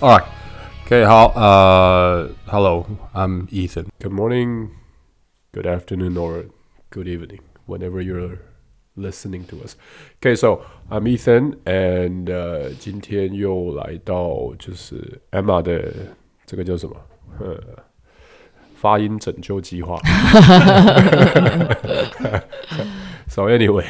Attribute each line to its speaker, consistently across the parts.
Speaker 1: All right. Okay. How? Uh, hello. I'm Ethan.
Speaker 2: Good morning, good afternoon, or good evening, whenever you're listening to us. Okay, so I'm Ethan, and、uh, 今天又来到就是 Emma 的这个叫什么？呃，发音拯救计划。so anyway.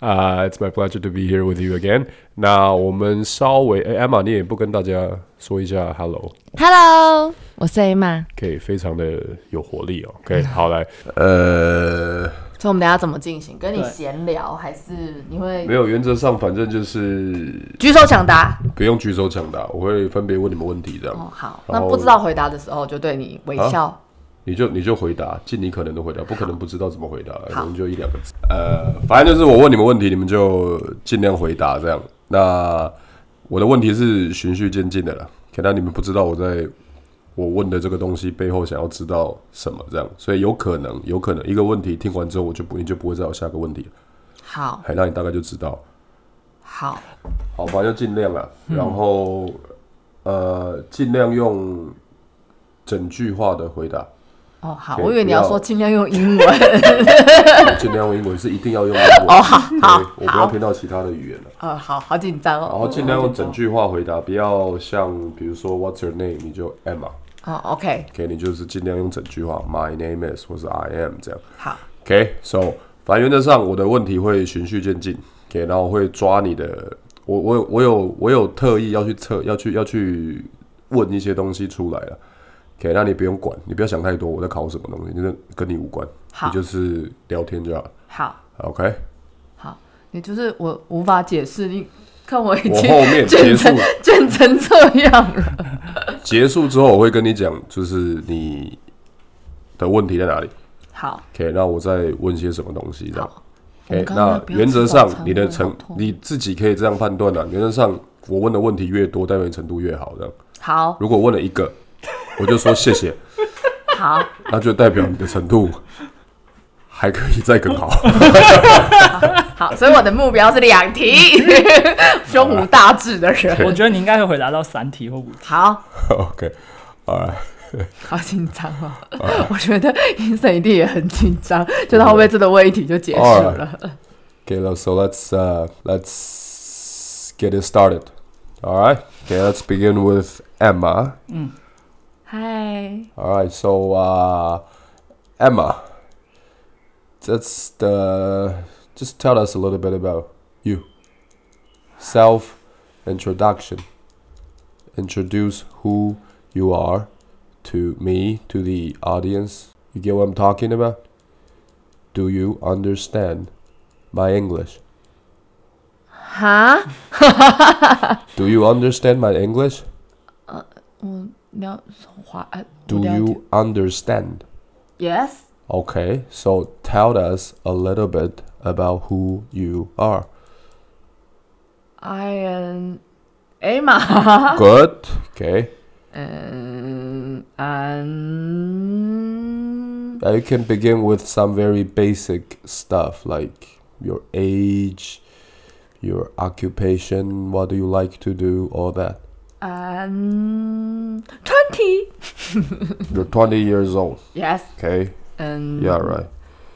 Speaker 2: Uh, it's my pleasure to be here with you again. 那我们稍微，哎，Emma，你也不跟大家说一下 hello？
Speaker 3: Hello，我是 A 妈，
Speaker 2: 可以非常的有活力哦。OK，好来，
Speaker 1: 呃，
Speaker 3: 所以我们等一下怎么进行？跟你闲聊还是你会
Speaker 1: 没有，原则上反正就是
Speaker 3: 举手抢答？
Speaker 1: 不用举手抢答，我会分别问你们问题，这样、
Speaker 3: 哦，好，
Speaker 1: 然
Speaker 3: 那
Speaker 1: 后
Speaker 3: 不知道回答的时候就对你微笑。
Speaker 1: 你就你就回答，尽你可能的回答，不可能不知道怎么回答，可
Speaker 3: 好
Speaker 1: 能就一两个字。呃，反正就是我问你们问题，你们就尽量回答这样。那我的问题是循序渐进的啦，可能你们不知道我在我问的这个东西背后想要知道什么这样，所以有可能有可能一个问题听完之后，我就不你就不会再有下个问题了，
Speaker 3: 好
Speaker 1: 哎，那你大概就知道。
Speaker 3: 好，
Speaker 1: 好吧，就尽量啦。然后、呃，尽量用整句话的回答，
Speaker 3: 哦好，
Speaker 1: 可以
Speaker 3: 我以为你要
Speaker 1: 不要
Speaker 3: 说尽量用英文。
Speaker 1: 我尽量用英文是一定要用英文。
Speaker 3: 哦好
Speaker 1: 对
Speaker 3: 好
Speaker 1: 我不要
Speaker 3: 好
Speaker 1: 听到其他的语言了。
Speaker 3: 呃，好好紧张
Speaker 1: 然
Speaker 3: 哦。
Speaker 1: 后尽量用整句话回答，不要像比如说 What's your name，你就 Emma，
Speaker 3: 哦，OK，
Speaker 1: OK，你就是尽量用整句话 My name is 或是 I am 这样。
Speaker 3: 好
Speaker 1: OK，so、反正原则上我的问题会循序渐进，OK，然后会抓你的，我我有我有我有特意要去测，要去要去问一些东西出来了，OK，那你不用管，你不要想太多，我在考什么东西，就是跟你无关，
Speaker 3: 好
Speaker 1: 你就是聊天就好了
Speaker 3: 好
Speaker 1: ，OK，
Speaker 3: 好，你就是我无法解释，你看我已
Speaker 1: 我
Speaker 3: 经
Speaker 1: 后面结
Speaker 3: 卷
Speaker 1: 束
Speaker 3: 成卷成这样了。
Speaker 1: 结束之后，我会跟你讲，就是你的问题在哪里
Speaker 3: 好，
Speaker 1: ，OK，那我再问些什么东西这样。
Speaker 3: 好我
Speaker 1: OK，
Speaker 3: 们刚刚
Speaker 1: 哎那
Speaker 3: 不要
Speaker 1: 原
Speaker 3: 吃
Speaker 1: 则
Speaker 3: 早
Speaker 1: 上
Speaker 3: 餐
Speaker 1: 你
Speaker 3: 我
Speaker 1: 的
Speaker 3: 好
Speaker 1: 程
Speaker 3: 痛
Speaker 1: 你自己可以这样判断了、原则上我问的问题越多，代表你程度越好的。
Speaker 3: 好
Speaker 1: 如果问了一个，我就说谢 谢，
Speaker 3: 好
Speaker 1: 那就代表你的程度还可以再更好。
Speaker 3: 好，所以我的目标是 两题，胸无大志的人。
Speaker 4: 我觉得你应该会回答到三题或五题。
Speaker 3: 好，
Speaker 1: OK，啊，
Speaker 3: 好紧张哦！我觉得医生一定也很紧张，就他会不会真的问一题就结束了？
Speaker 1: Okay, let's- so let's uh, let's get it started. All right. Okay, let's begin with Emma.
Speaker 3: 嗨，
Speaker 1: All right. So uh, Emma, that's the just tell us a little bit about you. Self introduction. Introduce who you are to me, to the audience. You get what I'm talking about? Do you understand my English?
Speaker 3: 哈，
Speaker 1: Do you understand my English?
Speaker 3: 我了华呃
Speaker 1: Do you understand?
Speaker 3: yes
Speaker 1: Okay, so tell us a little bit about who you are.
Speaker 3: I am Emma
Speaker 1: Good. Okay.
Speaker 3: and and
Speaker 1: Now you can begin with some very basic stuff like your age, your occupation, what do you like to do, all that.
Speaker 3: and twenty
Speaker 1: You're 20 years old.
Speaker 3: yes
Speaker 1: Okay.
Speaker 3: and
Speaker 1: Yeah, right.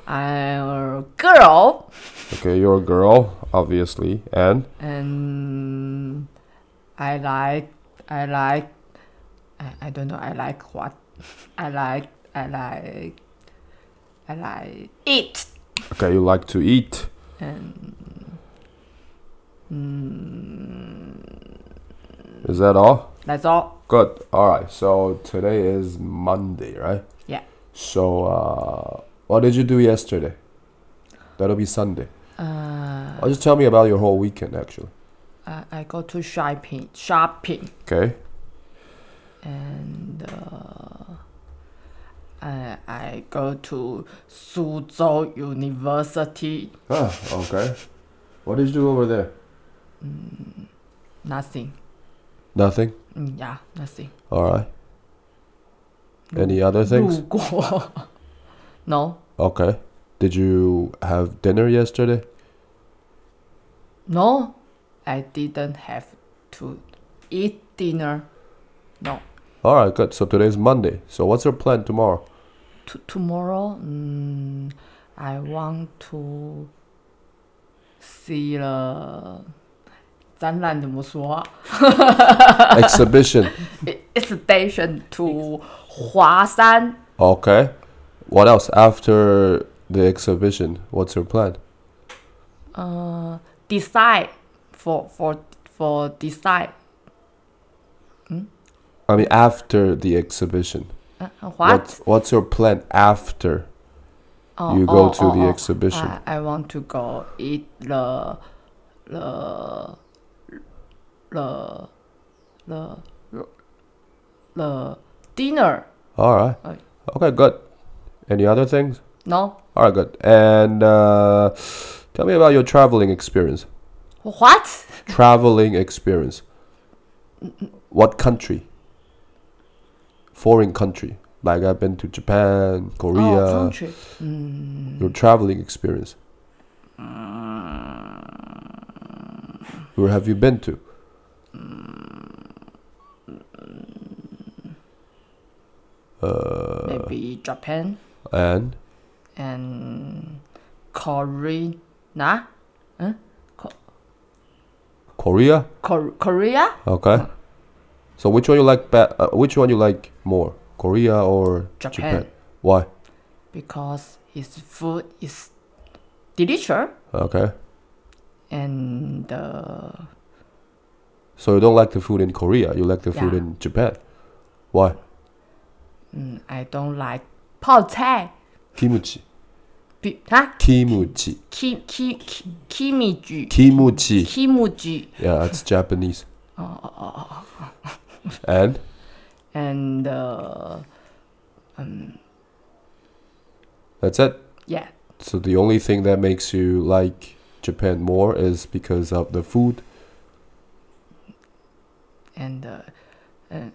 Speaker 3: I'm a girl
Speaker 1: Okay, you're a girl, obviously. And
Speaker 3: and I like I like I, I don't know I like what I like I like I like eat
Speaker 1: okay, you like to eat.
Speaker 3: and
Speaker 1: Is that all?
Speaker 3: that's all
Speaker 1: Good. All right. So today is Monday, right?
Speaker 3: Yeah.
Speaker 1: So uh, what did you do yesterday? That'll be Sunday.
Speaker 3: uh,
Speaker 1: Oh, just tell me about your whole weekend, actually.
Speaker 3: I, I go to shopping shopping
Speaker 1: Okay.
Speaker 3: and uh, I, I go to Suzhou University
Speaker 1: Ah, okay. What did you do over there?
Speaker 3: nothing
Speaker 1: Nothing.
Speaker 3: Mm, yeah nothing
Speaker 1: All right. Any other things?
Speaker 3: 路过 no
Speaker 1: Okay. Did you have dinner yesterday?
Speaker 3: No, I didn't have to eat dinner. No.
Speaker 1: All right, good. So today's Monday. So what's your plan tomorrow?
Speaker 3: T- tomorrow, mm, I want to see the 展览怎么说啊
Speaker 1: Exhibition.
Speaker 3: ？Exhibition to 华山。
Speaker 1: Okay. What else after the exhibition? What's your plan?
Speaker 3: uh, design for for for design
Speaker 1: I mean, after the exhibition.
Speaker 3: uh, what?
Speaker 1: What's, what's your plan after
Speaker 3: Oh,
Speaker 1: you go
Speaker 3: oh,
Speaker 1: to
Speaker 3: oh,
Speaker 1: the
Speaker 3: oh.
Speaker 1: exhibition?
Speaker 3: I, I want to go eat the the the the the dinner.
Speaker 1: All right.
Speaker 3: Right.
Speaker 1: Okay, good. Any other things?
Speaker 3: No,
Speaker 1: All right, good. And uh, tell me about your traveling experience.
Speaker 3: what?
Speaker 1: traveling experience. What country? Foreign country. Like I've been to Japan, Korea.
Speaker 3: Oh, country. Mm.
Speaker 1: Your traveling experience.
Speaker 3: Uh,
Speaker 1: Where have you been to? Uh,
Speaker 3: Maybe Japan
Speaker 1: and
Speaker 3: and Korea. Huh? Ko-
Speaker 1: Korea.
Speaker 3: Ko- Korea?
Speaker 1: Okay. So which one you like? Ba- uh, which one you like more, Korea or
Speaker 3: Japan.
Speaker 1: Why?
Speaker 3: because his food is delicious
Speaker 1: Okay.
Speaker 3: and uh,
Speaker 1: So you don't like the food in Korea, you like the food
Speaker 3: Yeah.
Speaker 1: in Japan. Why?
Speaker 3: mm, I don't like 泡菜
Speaker 1: Kimchi.
Speaker 3: 比啊
Speaker 1: Kimchi.
Speaker 3: ki ki ki kimchi
Speaker 1: Kimchi.
Speaker 3: kimchi
Speaker 1: Yeah, that's Japanese.
Speaker 3: oh, oh, oh, oh.
Speaker 1: And
Speaker 3: and uh, um,
Speaker 1: that's it.
Speaker 3: yeah
Speaker 1: So the only thing that makes you like Japan more is because of the food.
Speaker 3: and uh, uh,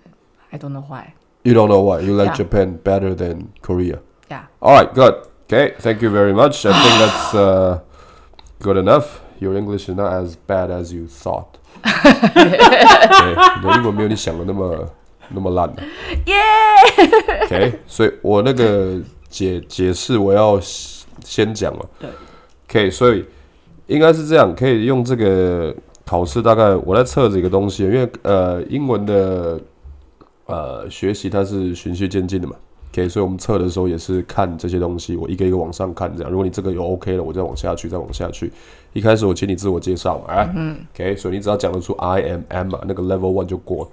Speaker 3: I don't know why
Speaker 1: You don't know why. You like
Speaker 3: Yeah.
Speaker 1: Japan better than Korea.
Speaker 3: yeah
Speaker 1: All right, good. Okay, thank you very much. I think that's uh, good enough. Your English is not as bad as you thought. okay, 你的英文没有你想的那么那么烂的。耶！OK，所以我那个解解释我要先讲了。
Speaker 4: 对。
Speaker 1: OK，所以应该是这样，可以用这个考试大概我在测这个东西，因为呃英文的呃学习它是循序渐进的嘛。OK，所以我们测的时候也是看这些东西，我一个一个往上看，这样。如果你这个有 OK 了，我再往下去，再往下去。一开始我请你自我介绍嘛，哎、o k 所以你只要讲得出 I am M 嘛，那个 Level One 就过。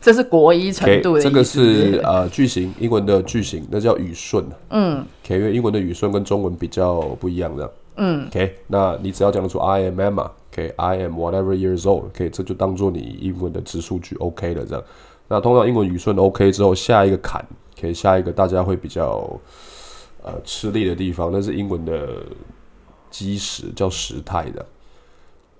Speaker 3: 这是国一程
Speaker 1: OK，
Speaker 3: 度的
Speaker 1: 这个
Speaker 3: 意思
Speaker 1: 是呃句型，英文的句型，那叫语顺。嗯，OK，因为英文的语顺跟中文比较不一样的。嗯，OK，那你只要讲得出 I am Emma。OK，I、am whatever years old。OK，这就当做你英文的直数据 OK 了这样。那通常英文语顺 OK 之后，下一个坎，OK，下一个大家会比较呃吃力的地方，那是英文的基石，叫时态的。
Speaker 3: 嗯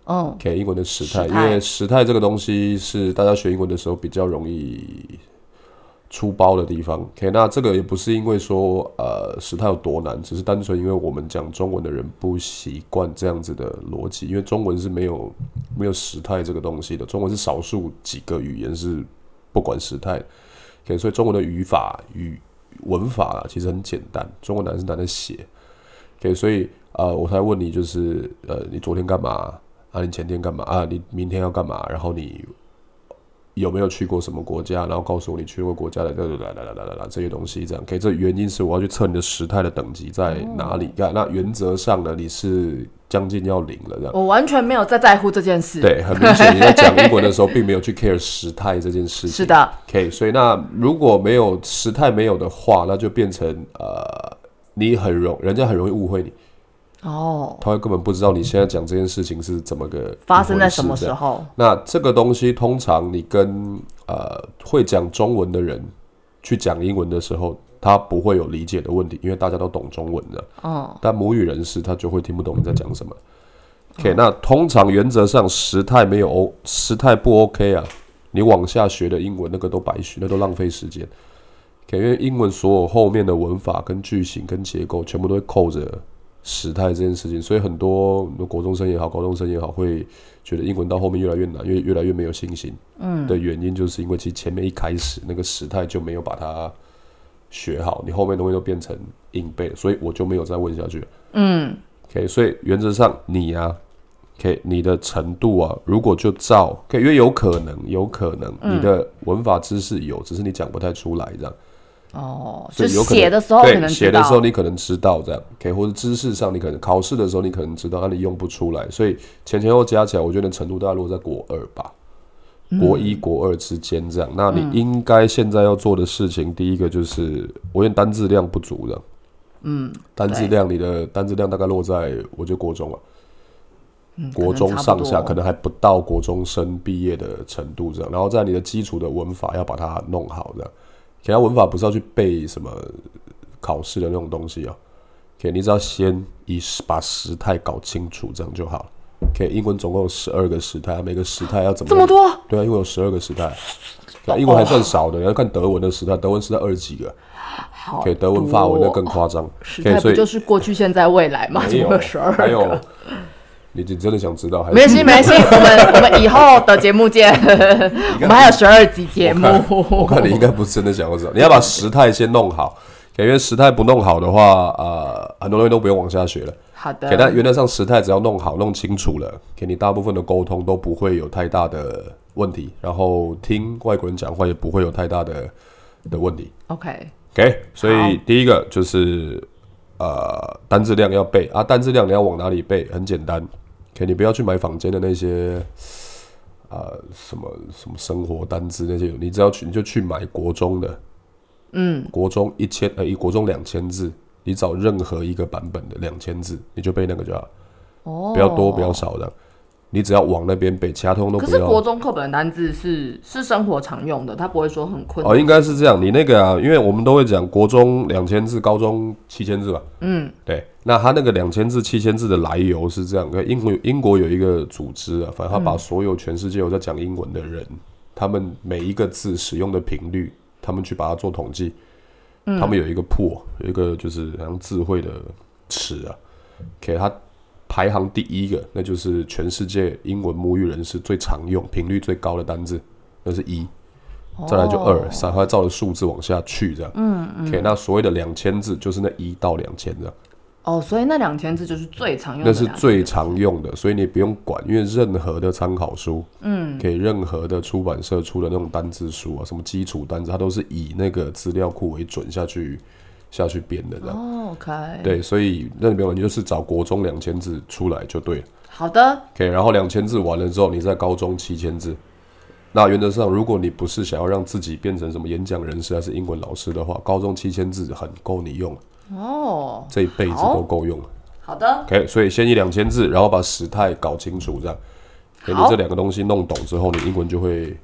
Speaker 1: OK，英文的时态，
Speaker 3: 时
Speaker 1: 因
Speaker 3: 态
Speaker 1: 为时态这个东西是大家学英文的时候比较容易出包的地方。OK，那这个也不是因为说呃时态有多难，只是单纯因为我们讲中文的人不习惯这样子的逻辑，因为中文是没有没有时态这个东西的，中文是少数几个语言是不管时态的。OK，所以中文的语法语文法啊，其实很简单，中文难是难在写。OK，所以呃，我才问你，就是呃，你昨天干嘛？啊，你前天干嘛？啊，你明天要干嘛？然后你有没有去过什么国家？然后告诉我你去过国家的，啦啦啦啦啦啦啦这些东西，这样。OK，这原因是我要去测你的时态的等级在哪里。那那原则上呢，你是将近要零了，这样。
Speaker 3: 我完全没有在在乎这件事
Speaker 1: 对，很明显你在讲英文的时候，并没有去 care 时态这件事情。
Speaker 3: 是的
Speaker 1: OK，所以那如果没有时态没有的话，那就变成呃，你很容人家很容易误会你，
Speaker 3: 哦
Speaker 1: 他会根本不知道你现在讲这件事情是怎么个
Speaker 3: 发生在什
Speaker 1: 一
Speaker 3: 么
Speaker 1: 回事这
Speaker 3: 时
Speaker 1: 样
Speaker 3: 候
Speaker 1: 那这个东西通常你跟呃会讲中文的人去讲英文的时候，他不会有理解的问题，因为大家都懂中文的。
Speaker 3: 哦
Speaker 1: 但母语人士他就会听不懂你在讲什么。OK，那通常原则上时态没有 O，时态不 OK 啊，你往下学的英文那个都白学，那都浪费时间。OK，因为英文所有后面的文法跟句型跟结构全部都会扣着时态这件事情，所以很多国中生也好，高中生也好，会觉得英文到后面越来越难，越越来越没有信心。嗯，的原因就是因为其实前面一开始那个时态就没有把它学好，你后面东西都变成硬背，所以我就没有再问下去了。
Speaker 3: 嗯
Speaker 1: OK，所以原则上你啊，OK，你的程度啊，如果就照，OK，因为有可能，有可能、你的文法知识有，只是你讲不太出来这样。
Speaker 3: 哦，
Speaker 1: 所
Speaker 3: 就
Speaker 1: 以有可
Speaker 3: 写的时候
Speaker 1: 对
Speaker 3: 可能
Speaker 1: 写
Speaker 3: 知
Speaker 1: 的
Speaker 3: 道
Speaker 1: 时候你可能知道这样，OK，或者知识上你可能考试的时候你可能知道，但你用不出来，所以前前后加起来，我觉得程度大概落在国二吧，
Speaker 3: 嗯
Speaker 1: 国一、国二之间这样。那你应该现在要做的事情，第一个就是我有点单字量不足的，嗯，单字
Speaker 3: 对
Speaker 1: 量你的单字量大概落在我觉得国中啊，
Speaker 3: 嗯
Speaker 1: 国中上下，可
Speaker 3: 可
Speaker 1: 能
Speaker 3: 能差不多
Speaker 1: 还不到国中生毕业的程度这样。然后在你的基础的文法要把它弄好这样。其他文法不是要去背什么考试的那种东西哦。OK，你只要先以时把时态搞清楚，这样就好了。OK，英文总共有十二个时态，啊每个时态要怎么
Speaker 3: 这么多
Speaker 1: 对啊，英文有十二个时代，对啊英文还算少的。你要看德文的时代，德文时代二十几个，
Speaker 3: 好
Speaker 1: 对，德文、法文的更夸张。
Speaker 3: 时
Speaker 1: OK，
Speaker 3: 态
Speaker 1: 所
Speaker 3: 不
Speaker 1: 以
Speaker 3: 就是过去、现在、未来吗？
Speaker 1: 没
Speaker 3: 怎
Speaker 1: 有
Speaker 3: 么十二
Speaker 1: 还有
Speaker 3: 个？，
Speaker 1: 你你真的想知道？还是
Speaker 3: 没关系，没 关系，我们我们以后的节目见，我们还有十二集节目。
Speaker 1: 我看 你应该不是真的想要知道，你要把时态先弄好。因为时态不弄好的话，呃，很多东西都不用往下学了。
Speaker 3: 好的
Speaker 1: 给，但原则上时态只要弄好、弄清楚了，给你大部分的沟通都不会有太大的问题，然后听外国人讲话也不会有太大的的问题。
Speaker 3: OK，
Speaker 1: OK，所以
Speaker 3: 好
Speaker 1: 第一个就是呃单字量要背啊，单字量你要往哪里背？很简单，OK，你不要去买坊间的那些呃什么什么生活单字那些，你只要去你就去买国中的，嗯，国中一千呃一国中两千字，你找任何一个版本的两千字，你就背那个就好，
Speaker 3: 哦，
Speaker 1: 不要多不要少的，你只要往那边背，其他通都
Speaker 3: 可
Speaker 1: 不
Speaker 3: 是
Speaker 1: 要。
Speaker 3: 国中课本的单字是是生活常用的，它不会说很困
Speaker 1: 哦，
Speaker 3: 难。
Speaker 1: 应该是这样。你那个啊，因为我们都会讲国中两千字，高中七千字吧。嗯，对。那他那个两千字、七千字的来由是这样：，英国英国有一个组织啊，反正他把所有全世界有在讲英文的人，他们每一个字使用的频率，他们去把它做统计。
Speaker 3: 嗯
Speaker 1: 他们有一个破，有一个就是好像智慧的尺啊。OK，它排行第一个，那就是全世界英文母语人士最常用、频率最高的单字，那是一。再来就二、三，它照着数字往下去这样。哦嗯 OK，那所谓的两千字就是那一到两千这样，
Speaker 3: 哦，所以那两千字就是最常用
Speaker 1: 那
Speaker 3: 的两
Speaker 1: 是
Speaker 3: 千字，
Speaker 1: 最常用的，所以你不用管，因为任何的参考书，嗯，给任何的出版社出的那种单字书啊，什么基础单字，它都是以那个资料库为准下去下去编的这样。
Speaker 3: 哦 OK，，
Speaker 1: 对，所以那你不用管，你就是找国中两千字出来就对了。
Speaker 3: 好的，
Speaker 1: OK，然后两千字完了之后，你在高中七千字。那原则上，如果你不是想要让自己变成什么演讲人士还是英文老师的话，高中七千字很够你用了，
Speaker 3: 哦，
Speaker 1: 这一辈子
Speaker 3: 好
Speaker 1: 都够用了。
Speaker 3: 好的，
Speaker 1: OK，所以先以两千字，然后把时态搞清楚，这样给你
Speaker 3: 好
Speaker 1: 这两个东西弄懂之后，你英文就会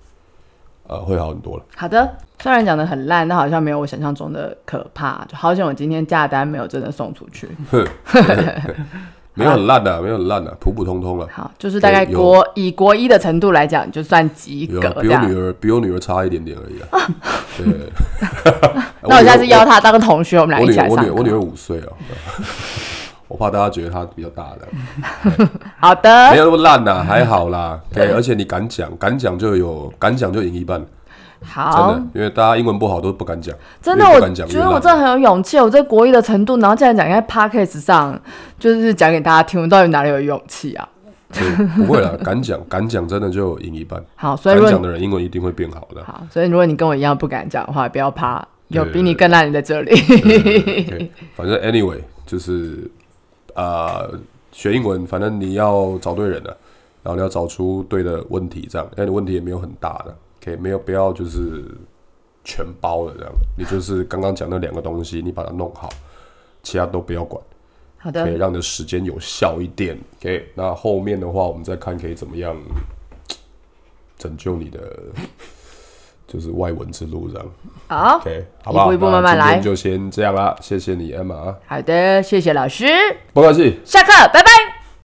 Speaker 1: 呃会好很多了。
Speaker 3: 好的。虽然讲的很烂，但好像没有我想象中的可怕。就好险我今天假单没有真的送出去。
Speaker 1: 没有很烂的、啊没有很烂的、普普通通啊了、
Speaker 3: 好，就是大概
Speaker 1: 有
Speaker 3: 国以国一的程度来讲，就算及
Speaker 1: 有
Speaker 3: 格
Speaker 1: 啊
Speaker 3: 这
Speaker 1: 比我
Speaker 3: 样
Speaker 1: 女。儿比我女儿差一点点而已啊。 对，
Speaker 3: 那我下次
Speaker 1: 要。
Speaker 3: 邀她当个同学，我们俩
Speaker 1: 哎我
Speaker 3: 一
Speaker 1: 女
Speaker 3: 起来
Speaker 1: 儿我
Speaker 3: 上
Speaker 1: 女儿我女
Speaker 3: 课。
Speaker 1: 儿五岁哦， 我怕大家觉得她比较大 的，
Speaker 3: 好
Speaker 1: 没
Speaker 3: 的，
Speaker 1: 有那么烂呐、还好啦。对，而且你敢讲，敢讲就有，敢讲就赢一半，真
Speaker 3: 好
Speaker 1: 的，，因为大家英文不好都不敢讲，
Speaker 3: 哦真的，
Speaker 1: 越
Speaker 3: 我
Speaker 1: 不敢讲
Speaker 3: 觉得我真的很有勇气，我在国一的程度，然后竟然讲在 podcast 上，就是讲给大家听，我到底哪里有勇气啊？
Speaker 1: 的不会啦，敢讲敢讲真的就赢一 半，
Speaker 3: 好，所以
Speaker 1: 敢
Speaker 3: 如果
Speaker 1: 讲
Speaker 3: 你
Speaker 1: 的人英文一定会变好的。
Speaker 3: 好，所以如果你跟我一样不敢讲的话，不要怕，有
Speaker 1: 对
Speaker 3: 比你更烂的在这
Speaker 1: 对对对
Speaker 3: 里。
Speaker 1: OK，反正 anyway 就是呃学英文，反正你要找对人了、然后你要找出对的问题，这样，但你问题也没有很大的，OK，没有不要就是全包了这样，你就是刚刚讲那两个东西，你把它弄好，其他都不要管，
Speaker 3: 好
Speaker 1: 可以
Speaker 3: 的，
Speaker 1: 让你的时间有效一点，OK，那后面的话我们再看可以怎么样拯救你的就是外文之路这样。
Speaker 3: 好，
Speaker 1: OK，好不好？
Speaker 3: 一步一步慢慢
Speaker 1: 那今天
Speaker 3: 来
Speaker 1: 就先这样啦，谢谢你，Emma，啊
Speaker 3: 好的，谢谢老师，
Speaker 1: 不客气。
Speaker 3: 下课，拜拜。